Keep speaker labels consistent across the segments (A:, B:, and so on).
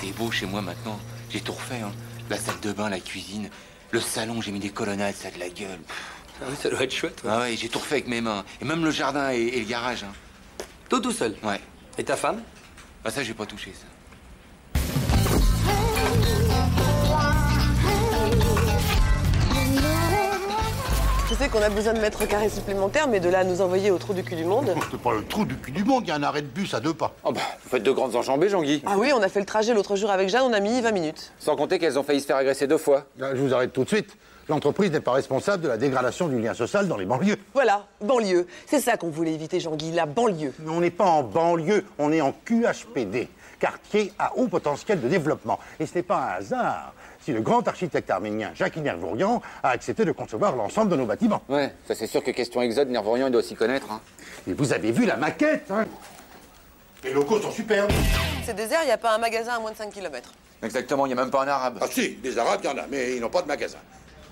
A: C'est beau chez moi maintenant. J'ai tout refait. hein. La salle de bain, la cuisine, le salon, j'ai mis des colonnades, ça a de la gueule.
B: Ah oui, ça doit être chouette. ouais.
A: Ah ouais, j'ai tout refait avec mes mains. Et même le jardin et, et le garage. hein.
B: Tout tout seul.
A: Ouais.
B: Et ta femme
A: Ah ça, j'ai pas touché ça.
C: Je sais qu'on a besoin de mètres carrés supplémentaires, mais de là à nous envoyer au trou du cul du monde.
D: C'est pas le trou du cul du monde, il y a un arrêt de bus à deux pas.
E: Oh bah, vous faites de grandes enjambées, Jean-Guy.
C: Ah oui, on a fait le trajet l'autre jour avec Jeanne, on a mis 20 minutes.
E: Sans compter qu'elles ont failli se faire agresser deux fois.
D: Là, je vous arrête tout de suite. L'entreprise n'est pas responsable de la dégradation du lien social dans les banlieues.
C: Voilà, banlieue. C'est ça qu'on voulait éviter, Jean-Guy, la banlieue.
D: Mais on n'est pas en banlieue, on est en QHPD, quartier à haut potentiel de développement. Et ce n'est pas un hasard si le grand architecte arménien Jacques Nervourian a accepté de concevoir l'ensemble de nos bâtiments.
E: Ouais, ça c'est sûr que question exode, Nervorian, il doit s'y connaître. Hein.
D: Et vous avez vu la maquette, hein Les locaux sont superbes.
C: C'est désert, il n'y a pas un magasin à moins de 5 km.
E: Exactement, il n'y a même pas un arabe.
D: Ah, si, des Arabes, il y en a, mais ils n'ont pas de magasin.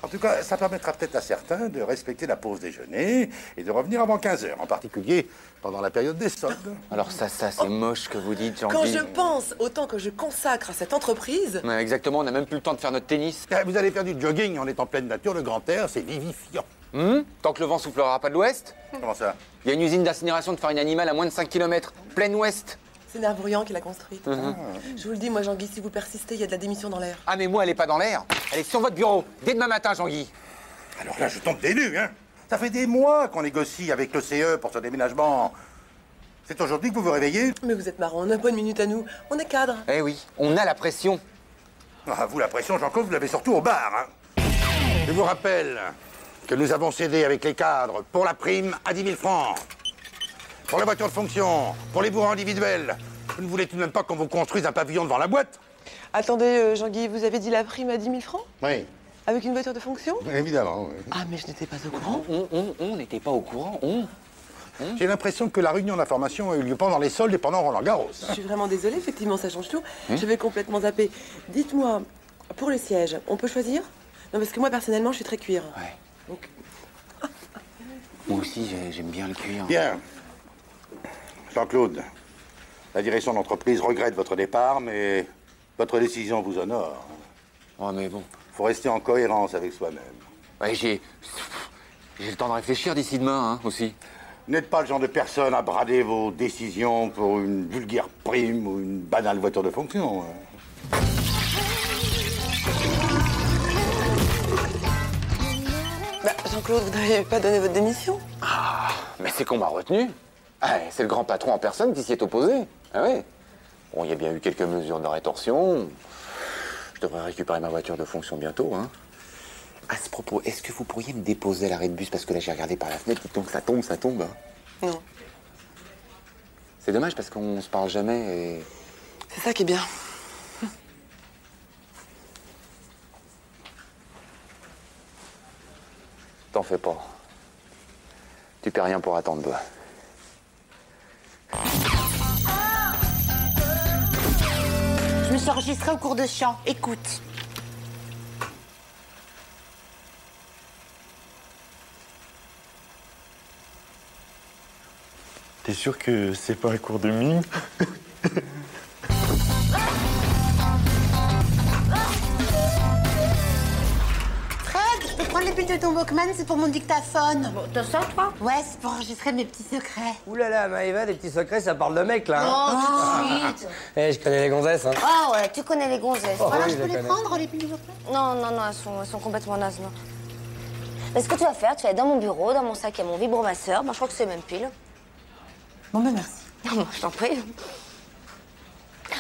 D: En tout cas, ça permettra peut-être à certains de respecter la pause déjeuner et de revenir avant 15 heures, en particulier pendant la période des soldes.
E: Alors ça, ça, c'est moche que vous dites, Jean-Guy.
C: Quand je pense au temps que je consacre à cette entreprise,
E: Ouais, exactement, on n'a même plus le temps de faire notre tennis.
D: Eh, Vous allez faire du jogging, on est en pleine nature, le grand air, c'est vivifiant.
E: Hmm Tant que le vent soufflera pas de l'ouest,
D: Comment ça
E: il y a une usine d'incinération de farine animale à moins de 5 km, plein ouest.
C: c'est Nervourian qui l'a construite.
E: Mm-hmm.
C: Je vous le dis, moi, Jean-Guy, si vous persistez, il y a de la démission dans l'air.
E: Ah mais moi, elle est pas dans l'air. Elle est sur votre bureau, dès demain matin, Jean-Guy.
D: Alors là, je tombe des nues, hein Ça fait des mois qu'on négocie avec le CE pour ce déménagement. C'est aujourd'hui que vous vous réveillez
C: Mais vous êtes marrant, on n'a pas une minute à nous. On est cadre.
E: Eh oui, on a la pression.
D: Ah, Vous, la pression, Jean-Claude, vous l'avez surtout au bar, hein Je vous rappelle que nous avons cédé avec les cadres pour la prime à 10 000 francs, pour la voiture de fonction, pour les bourrins individuels. Vous ne voulez tout de même pas qu'on vous construise un pavillon devant la boîte
C: Attendez, euh, Jean-Guy, vous avez dit la prime à 10 000 francs
D: Oui,
C: Avec une voiture de fonction
D: évidemment.
C: Ah, mais je n'étais pas au courant.
E: On on- on n'était pas au courant, on.
D: J'ai l'impression que la réunion d'information a eu lieu pendant les soldes et pendant Roland Garros.
C: Je suis vraiment désolée, effectivement, ça change tout. Je vais complètement zapper. Dites-moi, pour les sièges, on peut choisir Non, parce que moi, personnellement, je suis très cuir.
E: Ouais.
C: Donc,
E: Moi aussi, j'ai- j'aime bien le cuir.
D: Bien. Jean-Claude, la direction d'entreprise regrette votre départ, mais votre décision vous honore.
E: Ouais, Oh, mais bon.
D: Faut rester en cohérence avec soi-même.
E: Ouais, j'ai. J'ai le temps de réfléchir d'ici demain, hein, aussi.
D: Vous N'êtes pas le genre de personne à brader vos décisions pour une vulgaire prime ou une banale voiture de fonction. hein.
C: bah, Jean-Claude, vous n'avez pas donné votre démission
E: Ah, Mais c'est qu'on m'a retenu. Ah, c'est le grand patron en personne qui s'y est opposé. Ah ouais. Bon, il y a bien eu quelques mesures de rétorsion. Je devrais récupérer ma voiture de fonction bientôt, hein. À ce propos, est-ce que vous pourriez me déposer à l'arrêt de bus Parce que là, j'ai regardé par la fenêtre, il tombe, ça tombe, ça tombe. hein.
C: Non.
E: C'est dommage parce qu'on se parle jamais et.
C: C'est ça qui est bien.
E: T'en fais pas. Tu perds rien pour attendre, toi.
F: Je me suis enregistrée au cours de chant. Écoute.
G: T'es sûr que c'est pas un cours de mime
F: Fred, je peux prendre les piles de ton Walkman, c'est pour mon dictaphone.
H: T'as ça, toi
F: Ouais, c'est pour enregistrer mes petits secrets.
B: Ouh là là, Maëva, des petits secrets, ça parle de mec là. hein.
H: Oh, tout de suite
B: Eh, je connais les gonzesses. Hein.
H: Ah ouais, tu connais les gonzesses.
B: Oh,
F: Alors,
B: oui,
F: je
B: je
F: peux
B: les
F: les
B: connais.
F: prendre, les piles de Walkman
H: Non, non, non, elles sont, elles sont complètement nazes, non. Mais ce que tu vas faire, tu vas aller dans mon bureau, dans mon sac, il y a mon vibromasseur. Moi, je crois que c'est même pile.
F: Bon, ben merci.
H: Non, moi, je t'en prie.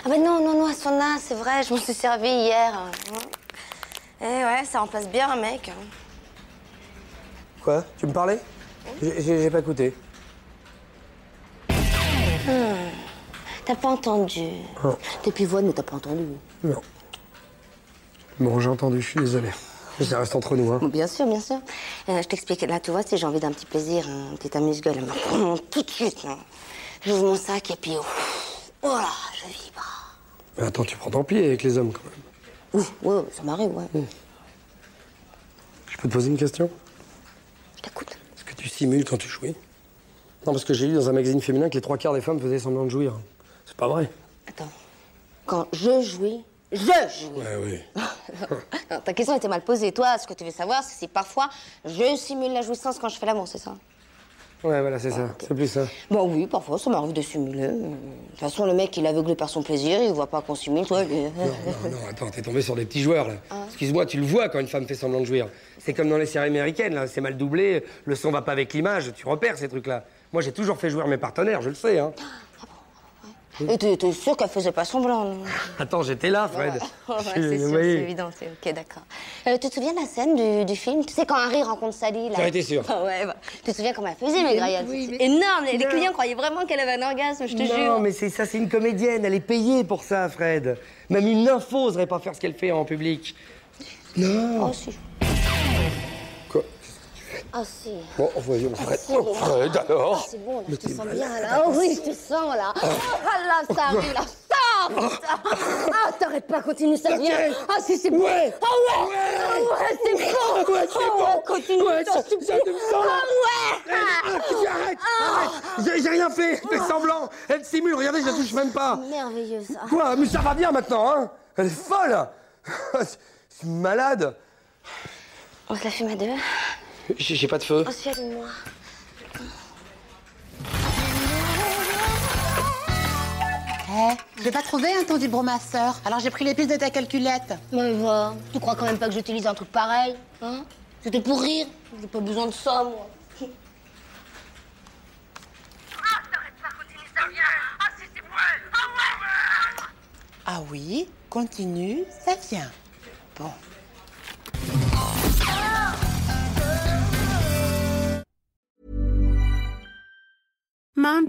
H: Ah ben non, non, non, elles sont nazes, c'est vrai, je m'en suis servi hier. Eh ouais, ça remplace bien un mec. hein.
B: Quoi Tu me parlais J'ai- J'ai j'ai pas écouté.
H: Hum, T'as pas entendu.
F: Oh.
H: T'es pivoine, mais t'as pas entendu.
E: Non. Bon, j'ai entendu, je suis désolé. Mais ça reste entre nous, hein.
H: Bien sûr, bien sûr. Euh, je t'explique. Là, tu vois, si j'ai envie d'un petit plaisir, hein, un petit amuse-gueule, maintenant, tout de suite, non. J'ouvre mon sac et puis, ouf, oh là, je vibre.
E: Mais attends, tu prends ton pied avec les hommes, quand même.
H: Oui, oui, ça m'arrive, ouais.
E: Je peux te poser une question Je
H: t'écoute.
E: Est-ce que tu simules quand tu jouis Non, parce que j'ai lu dans un magazine féminin que les trois quarts des femmes faisaient semblant de jouir. C'est pas vrai.
H: Quand je jouis, je jouis.
E: Ouais, oui.
H: Non, ta question était mal posée. Toi, ce que tu veux savoir, c'est si parfois je simule la jouissance quand je fais l'amour, c'est ça
E: Ouais, voilà, c'est ça. C'est plus ça.
H: Bah oui, parfois, ça m'arrive de simuler. De toute façon, le mec, il est aveuglé par son plaisir, il voit pas qu'on simule. Toi, il-
E: Non, attends, t'es tombé sur des petits joueurs, là. Excuse-moi, tu le vois quand une femme fait semblant de jouir. C'est comme dans les séries américaines, là. C'est mal doublé, le son va pas avec l'image, tu repères ces trucs-là. Moi, j'ai toujours fait jouer mes partenaires, je le sais, hein.
H: Et t'es t'es sûr qu'elle faisait pas semblant non
E: Attends, j'étais là, Fred.
H: Ouais,
E: Je-
H: c'est sûr,
E: oui.
H: c'est évident. c'est- Ok, d'accord. Euh, tu te souviens de la scène du, du film Tu sais, quand Harry rencontre Sally, là
E: J'en étais sûr.
H: Ah ouais, bah, tu te souviens comment elle faisait, les
E: Oui,
H: grillades
E: oui,
H: C'est
E: mais-
H: énorme. Les
E: Non.
H: clients croyaient vraiment qu'elle avait un orgasme, je te
E: non,
H: jure.
E: mais c'est ça, c'est une comédienne, elle est payée pour ça, Fred. Même une info oserait pas faire ce qu'elle fait en public. Non.
H: Oh, si. Ah, si.
E: Bon, voyons, Fred.
H: Si, bon. Oh, Ah, C'est bon, là, je te sens bien, là. Oh oui, je te sens, là. Oh là, ça arrive, là. Ça putain. Ah, t'aurais pas continué, ça vient. Ah, si, c'est bon. Ouais. Ah, ouais. Ah, ouais, c'est bon. Ah, Ouais, c'est bon. Continue, t'en supplie. Ah, ouais.
E: Arrête, arrête. J'ai j'ai rien fait, elle fait semblant. Elle simule, regardez, je la touche même pas.
H: Merveilleux, Ah, ça.
E: Quoi Mais ça va bien maintenant, hein Elle est folle C'est malade
H: On se la fume à deux
E: J'ai j'ai pas de feu.
H: Oh, si, allume-moi.
F: Eh, j'ai pas trouvé un ton vibromasseur. Alors j'ai pris les piles de ta calculette.
H: Mais va, tu crois quand même pas que j'utilise un truc pareil, hein C'était pour rire. J'ai pas besoin de ça, moi.
F: Ah oui, continue, ça vient. Bon.
I: Mom